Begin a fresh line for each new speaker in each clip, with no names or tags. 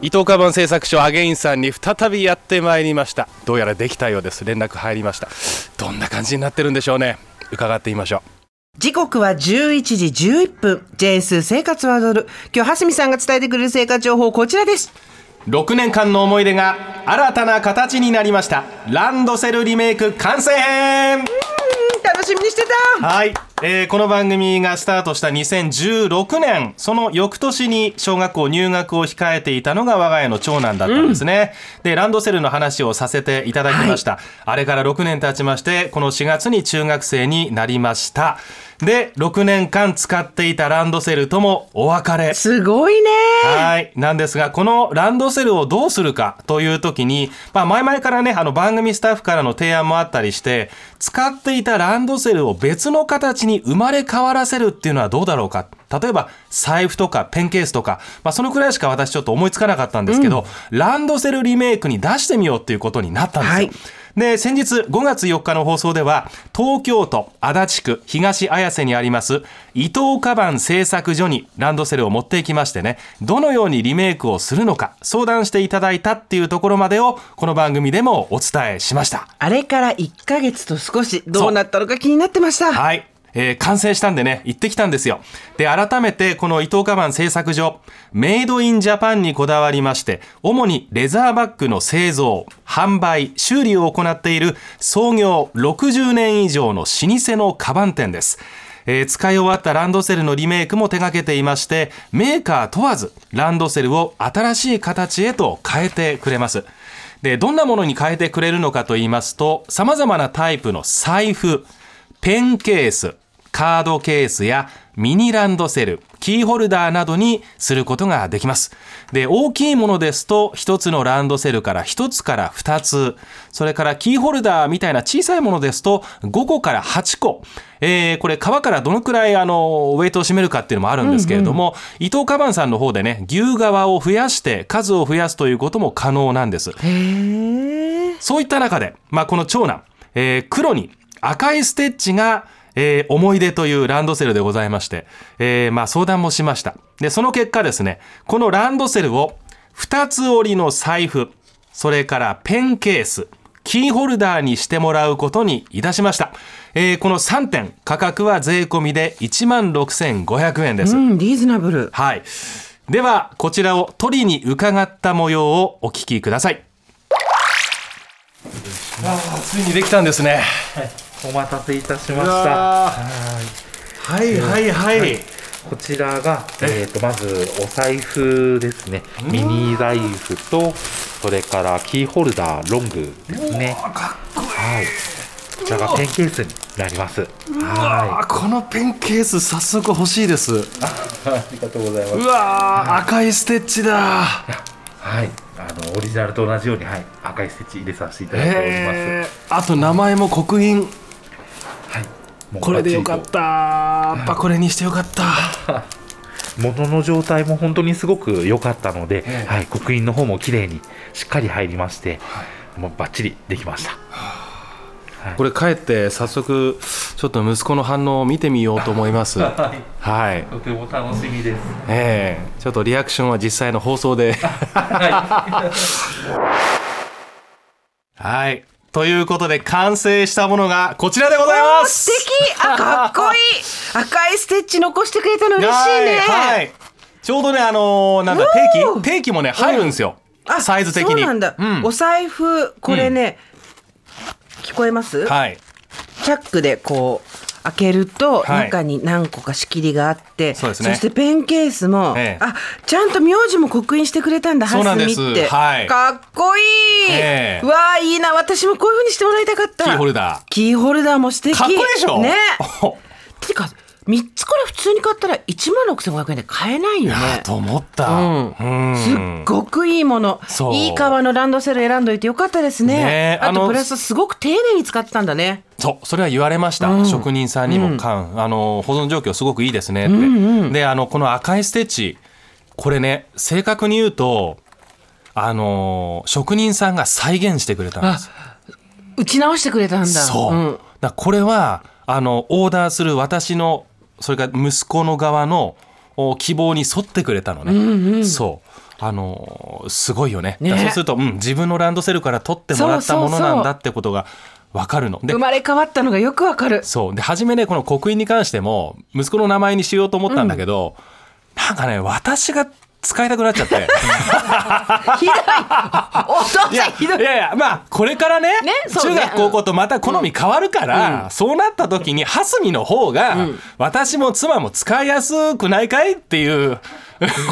伊藤カバン製作所アゲインさんに再びやってまいりましたどうやらできたようです連絡入りましたどんな感じになってるんでしょうね伺ってみましょ
時刻は11時11分。JS 生活は踊る。今日、はすみさんが伝えてくれる生活情報、こちらです。
う6年間の思い出が新たな形になりましたランドセルリメイク完成編
うん楽しみにしてた
はい、えーこの番組がスタートした2016年その翌年に小学校入学を控えていたのが我が家の長男だったんですね、でランドセルの話をさせていただきました、あれから6年経ちましてこの4月に中学生になりましたで6年間使っていたランドセルともお別れ
すごいね
はい。なんですが、このランドセルをどうするかという時に、まあ、前々からね、あの、番組スタッフからの提案もあったりして、使っていたランドセルを別の形に生まれ変わらせるっていうのはどうだろうか。例えば、財布とかペンケースとか、まあ、そのくらいしか私ちょっと思いつかなかったんですけど、ランドセルリメイクに出してみようっていうことになったんですよ。
はい
で、先日5月4日の放送では、東京都足立区東綾瀬にあります伊藤カバン製作所にランドセルを持っていきましてね、どのようにリメイクをするのか相談していただいたっていうところまでをこの番組でもお伝えしました。
あれから1ヶ月と少し、どうなったのか気になってました。
はい。えー完成したんでね、行ってきたんですよ。で、改めて、この伊藤カバン製作所、メイドインジャパンにこだわりまして、主にレザーバッグの製造、販売、修理を行っている、創業60年以上の老舗のカバン店です。えー使い終わったランドセルのリメイクも手掛けていまして、メーカー問わず、ランドセルを新しい形へと変えてくれます。で、どんなものに変えてくれるのかと言いますと、様々なタイプの財布、ペンケース、カードケースやミニランドセル、キーホルダーなどにすることができます。で、大きいものですと、一つのランドセルから一つから二つ、それからキーホルダーみたいな小さいものですと、5個から8個。えーこれ、皮からどのくらい、あの、ウェイトを占めるかっていうのもあるんですけれども、伊藤カバンさんの方でね、牛革を増やして、数を増やすということも可能なんです。そういった中で、まあ、この長男、えー黒に赤いステッチが、えー思い出というランドセルでございまして、えーまあ、相談もしました。で、その結果ですね、このランドセルを、二つ折りの財布、それからペンケース、キーホルダーにしてもらうことにいたしました。えーこの3点、価格は税込みで16,500円です
う。ん、リーズナブル。
はい。では、こちらを取りに伺った模様をお聞きください。ああ、ついにできたんですね。
お待たせいたしま
う
した。
わーはいはいはい。
こちらが、えー、とまずお財布ですね。ミニ財布と、それからキーホルダー、ロングですね。はい。こちらがペンケースになります。
あ
は
ーこのペンケース早速欲しいです。
い。ありがとうございます
う。わー赤いステッチだ。
はい。あのオリジナルと同じように、はい、赤いステッチ入れさせていただいており
えー、あと名前も刻印。
ます。はい。もう
これでよかっ
バッチ
た。やっぱこれにしてよかった。
リと。物の状態も本当にすごく良かったので、
ええ
はい、刻印の方も綺麗にしっかり入りまして、もうバッチリできました。
これ帰って早速ちょっと息子の反応を見てみようと思い ます。
はい。
はい。
とても楽しみです。
ええちょっとリアクションは実際の放送で。 はい。ということで完成したものがこちらでございます
素敵あ、かっこいい赤いステッチ残してくれたの嬉しいね。
はいはい。ちょうどね、あのーなんだ、定
う
期定期もね、入るんですよ。サイズ的に。
そうなんだ。お財布、これね、聞こえます
はい。
チャックでこう開けると、
はい
中に何個か仕切りがあって
そうですね
してペンケースも、
ええ
あちゃんと名字も刻印してくれたんだ
そうなんです
蓮見って、
はい
かっこいい、
ええ
わあいいな私もこういう風にしてもらいたかった
キーホルダー
キーホルダーも素敵
かっこいいでしょ
ね
お
てか3つこれ普通に買ったら1万6500円で買えないよね
と思った。うん
すっごくいいもの
そう
いい革のランドセル選んどいてよかったですね
ねえ
あ
あの
とプラスすごく丁寧に使ってたんだね
そう、それは言われました。職人さんにも、かん、あの、保存状況すごくいいですねって。で、あの、この赤いステッチ、これね、正確に言うと、あの、職人さんが再現してくれたんです。
打ち直してくれたんだ
そう。
ん
だからこれは、あの、オーダーする私の、それから息子の側のお希望に沿ってくれたのね。そう。あのすごいよね。
ね
だからそうすると、うん、自分のランドセルから取ってもらったものなんだってことがわかるの。で
生、まれ変わったのがよくわかる
そう。で、初めね、この刻印に関しても、息子の名前にしようと思ったんだけど、なんかね、私が使いたくなっちゃって。
ひどいおお父さん
いや
ひどい
いやいやまあこれからね
ねそう
中
ね
学高校とまた好み変わるから、そうなった時に蓮見の方が、私も妻も使いやすくないかいっていう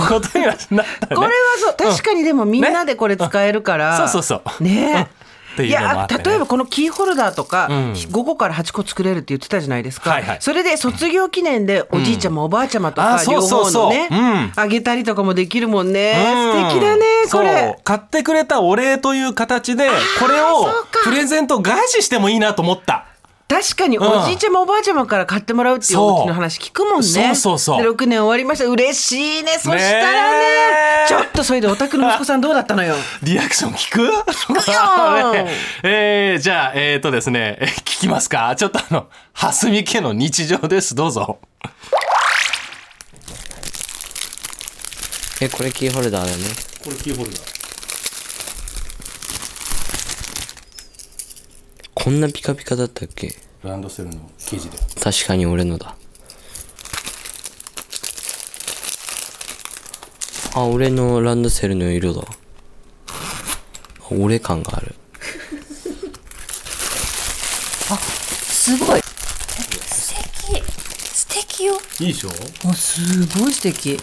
ことにはなった
これ
ね
は。そう確かにでもみんなでこれ使えるから、
そうそうそう。
ねえ
ていうのもあってね
や例えばこのキーホルダーとか、
ん
5個から8個作れるって言ってたじゃないですか、
はいはい
それで卒業記念でおじいちゃま、おばあちゃまと
あ
か
そ
両
うそう
方
そう
のね
うん
あげたりとかもできるもんね、
うん
素敵だねこ
そう
れ
買ってくれたお礼という形でこれを
そうか
プレゼント返ししてもいいなと思った。
確かに
ん
おじいちゃま、おばあちゃまから買ってもらうっていう
そう
お家の話聞くもんね
そうそうそう
で6年終わりました嬉しいねそしたらね
ねえ
ちょっとそれでお宅の息子さんどうだったのよ
リアクション聞く
よ
ね えー、じゃあ、えっ、とですね、え聞きますかちょっとあの、蓮見家の日常です。どうぞ。
え、これキーホルダーだよね。これキーホルダー。こんなピカピカだったっけ
ランドセルの生地で
確かに俺のだ。あ、俺のランドセルの色だ。俺感がある。
すごい。素敵。素敵よ。
いいでしょ
もうすごい素敵。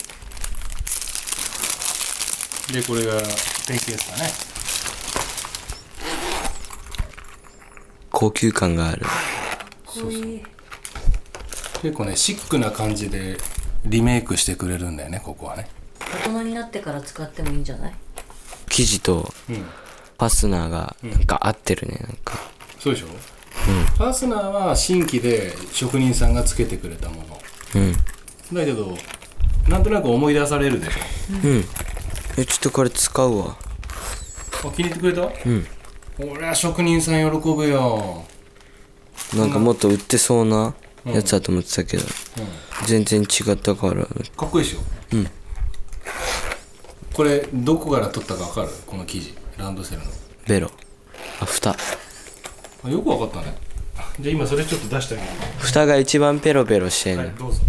でこれがペンケースだね
高級感がある。
結構ねシックな感じでリメイクしてくれるんだよねここはね
大人になってから使ってもいいんじゃない？
生地とファスナーがなんか合ってるね。なんか
そうでしょ、ファスナーは新規で職人さんがつけてくれたものだけどなんとなく思い出されるでし
え、ちょっとこれ使うわ。
ょあ気に入ってくれたうん俺は職人さん喜ぶよ
なんかもっと売ってそうなやつだと思ってたけど、全然違ったから
かっこいいでしょうんこれどこから取ったか分かるこの生地ランドセルの
ベロあ蓋
あよく分かったねじゃあ今それちょっと出してあげる
蓋が一番ペロペロしてんの、
どうぞ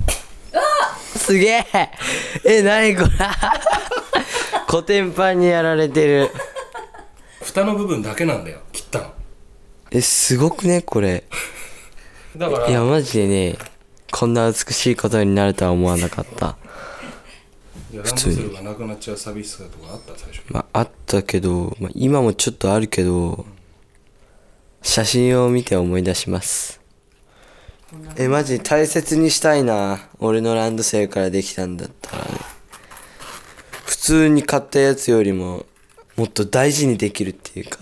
すげええ何これコテンパンにやられてる
蓋の部分だけなんだよ切ったの
えすごくねこれ
だから
いやマジでねこんな美しいことになるとは思わなかった
いやランドセルがなくなっちゃう寂しさとかあった最初
まああったけど、まあ、今もちょっとあるけど写真を見て思い出しますえマジ大切にしたいな俺のランドセルからできたんだったらね普通に買ったやつよりももっと大事にできるっていうか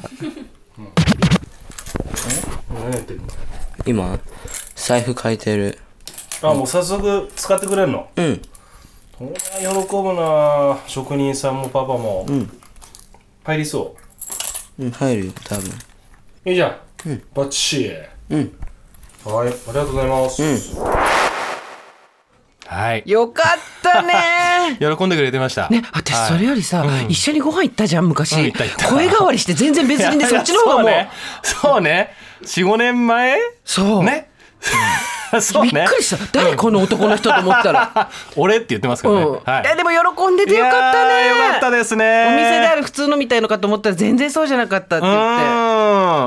何やってるの
今財布変えてる
あ、もう早速使ってくれるの
うん
これは喜ぶな職人さんもパパも。入りそ
うん入るよ多分
う。いいじゃん。バッチリ。うん。はい、ありがとうございます。はい。
よかったね
喜んでくれてました。
ね、私それよりさ、一緒にご飯行ったじゃん昔、
うん行った行った
声変わりして全然別人でそっちの方がもう
いやそうね。そうね。4、5年前
そう,、
ね。 そう
び
ね。
っくりした誰この男の人と思ったら、
俺って言ってますけ
うん
どね。はい
い、やでも喜んでてよかった
い
ね
やーよかったですね。
お店である普通のみたいのかと思ったら全然そうじゃなかったって言って。
う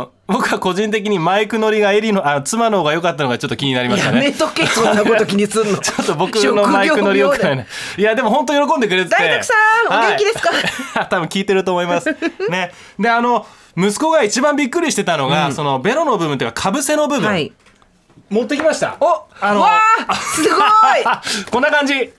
ん。僕は個人的にマイク乗りがエリの、あ、妻の方が良かったのがちょっと気になりまし
や
た
め
ね。
とけそんなこと気にすんの ち
ちょっと僕のマイク乗りを変えない。いや、でも本当喜んでくれてて。
大徳さんお元気ですか
か 多分聞いてると思います。ね。で、あの、息子が一番びっくりしてたのが、そのベロの部分っていうか、かぶせの部分。
はい
持ってきました
お
あの
わあすごい
こんな感じ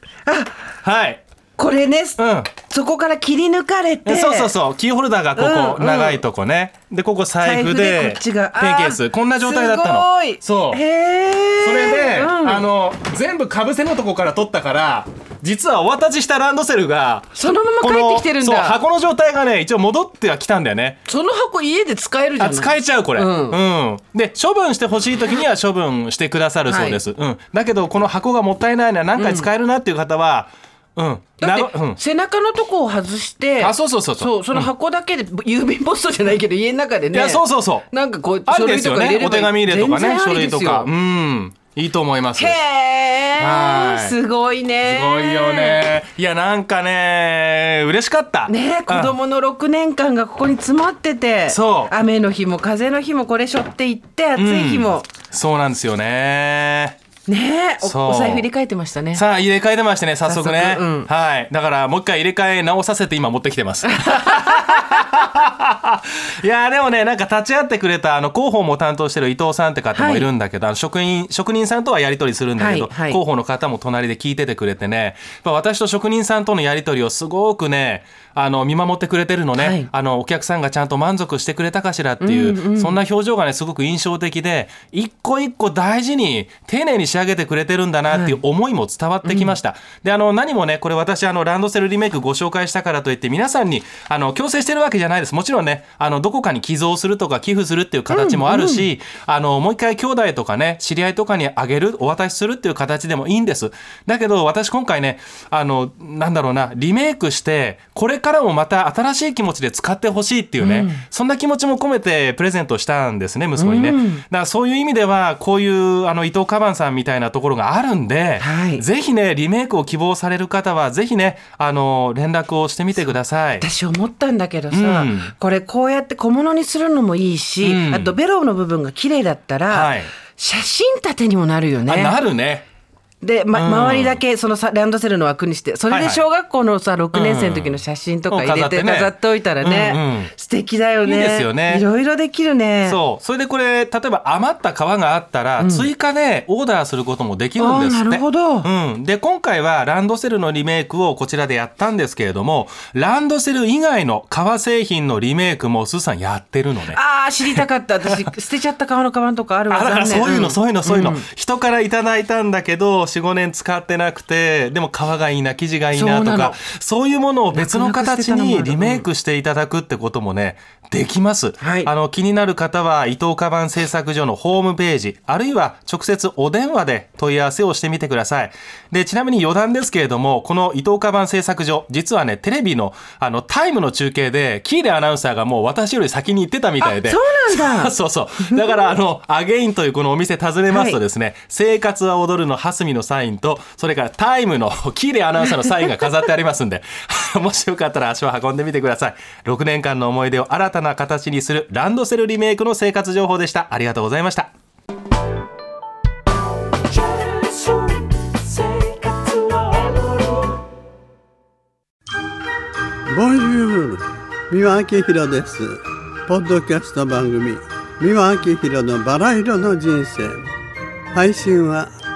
はい
これね、
うん
そこから切り抜かれて
そうそうそうキーホルダーがここ、
うんうん
長いとこねでここ財
財
布
布
で
でこっちが
ペンケー
あ
スこんな状態だった
すご
の
い
そう
へえ
それで、
うん
あの全部かぶせのとこから取ったから実はお渡ししたランドセルが
そのまま
こ
帰
の
ってきてるん
そう
だ
箱の状態がね一応戻ってはきたんだよね
その箱家で使えるじゃ
あ
ない
使えちゃうこれ、う
うんん
で処分してほしい時には処分してくださるそうです、うん、だけどこの箱がもったいないな何回使えるなっていう方はうん、
だ
な
っ
ご
て、
うん、
背中のとこを外して
あそうそうそうそう
そうその箱だけで、郵便ポストじゃないけど家の中で
い
ね
やそうそうそう
なんかこう
あるん
書
で
類
す
と
よ
か入れれ
ね
ば
お手紙入れとかね
全然あ
書
り
類
ですよ
とかうんいいと思いますは
へ
い
えすごいね
すごいよねいやなんかね嬉しかった
ねえ子供の6年間がここに詰まってて
そう
雨の日も風の日もこれ背負っていって暑い日も、
うんそうなんですよね
ねえ
そう
おお財布入れ替えてましたね
さあ入れ替えてましてね早速ね
早速うん
はいだからもう一回入れ替え直させて今持ってきて ますいやーでもねなんか立ち会ってくれたあの広報も担当してる伊藤さんって方も
はい
いるんだけど、あの職員職人さんとはやり取りするんだけど、
はいはい
広報の方も隣で聞いててくれてねまあ私と職人さんとのやり取りをすごくねあの見守ってくれてるのね、
はい
あのお客さんがちゃんと満足してくれたかしらっていう、そんな表情がねすごく印象的で一個一個大事に丁寧に仕上げてくれてるんだなっていう思いも伝わってきました、であの何もねこれ私あのランドセルリメイクご紹介したからといって皆さんにあの強制してるわけじゃないですもちろんねあのどこかに寄贈するとか寄付するっていう形もあるし、あのもう一回兄弟とかね知り合いとかにあげるお渡しするっていう形でもいいんですだけど私今回ねあのなんだろうなリメイクしてこれからもまた新しい気持ちで使ってほしいっていうね、そんな気持ちも込めてプレゼントしたんですね息子にね、だからそういう意味ではこういうあの伊藤カバンさんみたいなところがあるんで、
はい
ぜひねリメイクを希望される方はぜひねあの連絡をしてみてください。
私思ったんだけどさ、
うん
これこうやって小物にするのもいいし、
うん
あとベロの部分が綺麗だったら、
はい
写真立てにもなるよ
あ
ね。
なるね
で、ま
うん
周りだけそのさランドセルの枠にしてそれ
はい
で
はい
小学校のさ6年生の時の写真とか入れ
うん飾っ
て
てね
飾っておいたらね、
うんうん
素敵だよね
いいですよね
いろいろできるね
そうそれでこれ例えば余った皮があったら、追加でオーダーすることもできるんですって
あーなるほど
うん、で今回はランドセルのリメイクをこちらでやったんですけれどもランドセル以外の革製品のリメイクもすーさんやってるのね
ああ知りたかった私 捨てちゃった顔のカバンとかあるわ
あだから
残念
そういうの
ん
そういうのそういうの、
ん
人からいただいたんだけど45年使ってなくてでも皮がいいな生地がいいなと
そうな
か
の
そういうものを別の形
なかなか捨てたのもあ
に
る
リメイクしていただくってこともねできます、
はい
あの気になる方は伊藤カバン製作所のホームページあるいは直接お電話で問い合わせをしてみてくださいでちなみに余談ですけれどもこの伊藤カバン製作所実はねテレビのあのタイムの中継でキーレアナウンサーがもう私より先に行ってたみたいで
あそうなん だ
そうそう。だから、あの、アゲインというこのお店訪ねますとですね、生活は踊るのハスミのサインと、それからタイムのキーレアナウンサーのサインが飾ってありますんで、 もしよかったら足を運んでみてください。6年間の思い出を新たな形にするランドセルリメイクの生活情報でした。ありがとうございました。
ボンジュール三輪明宏ですポッドキャスト番組三輪明宏のバラ色の人生配信は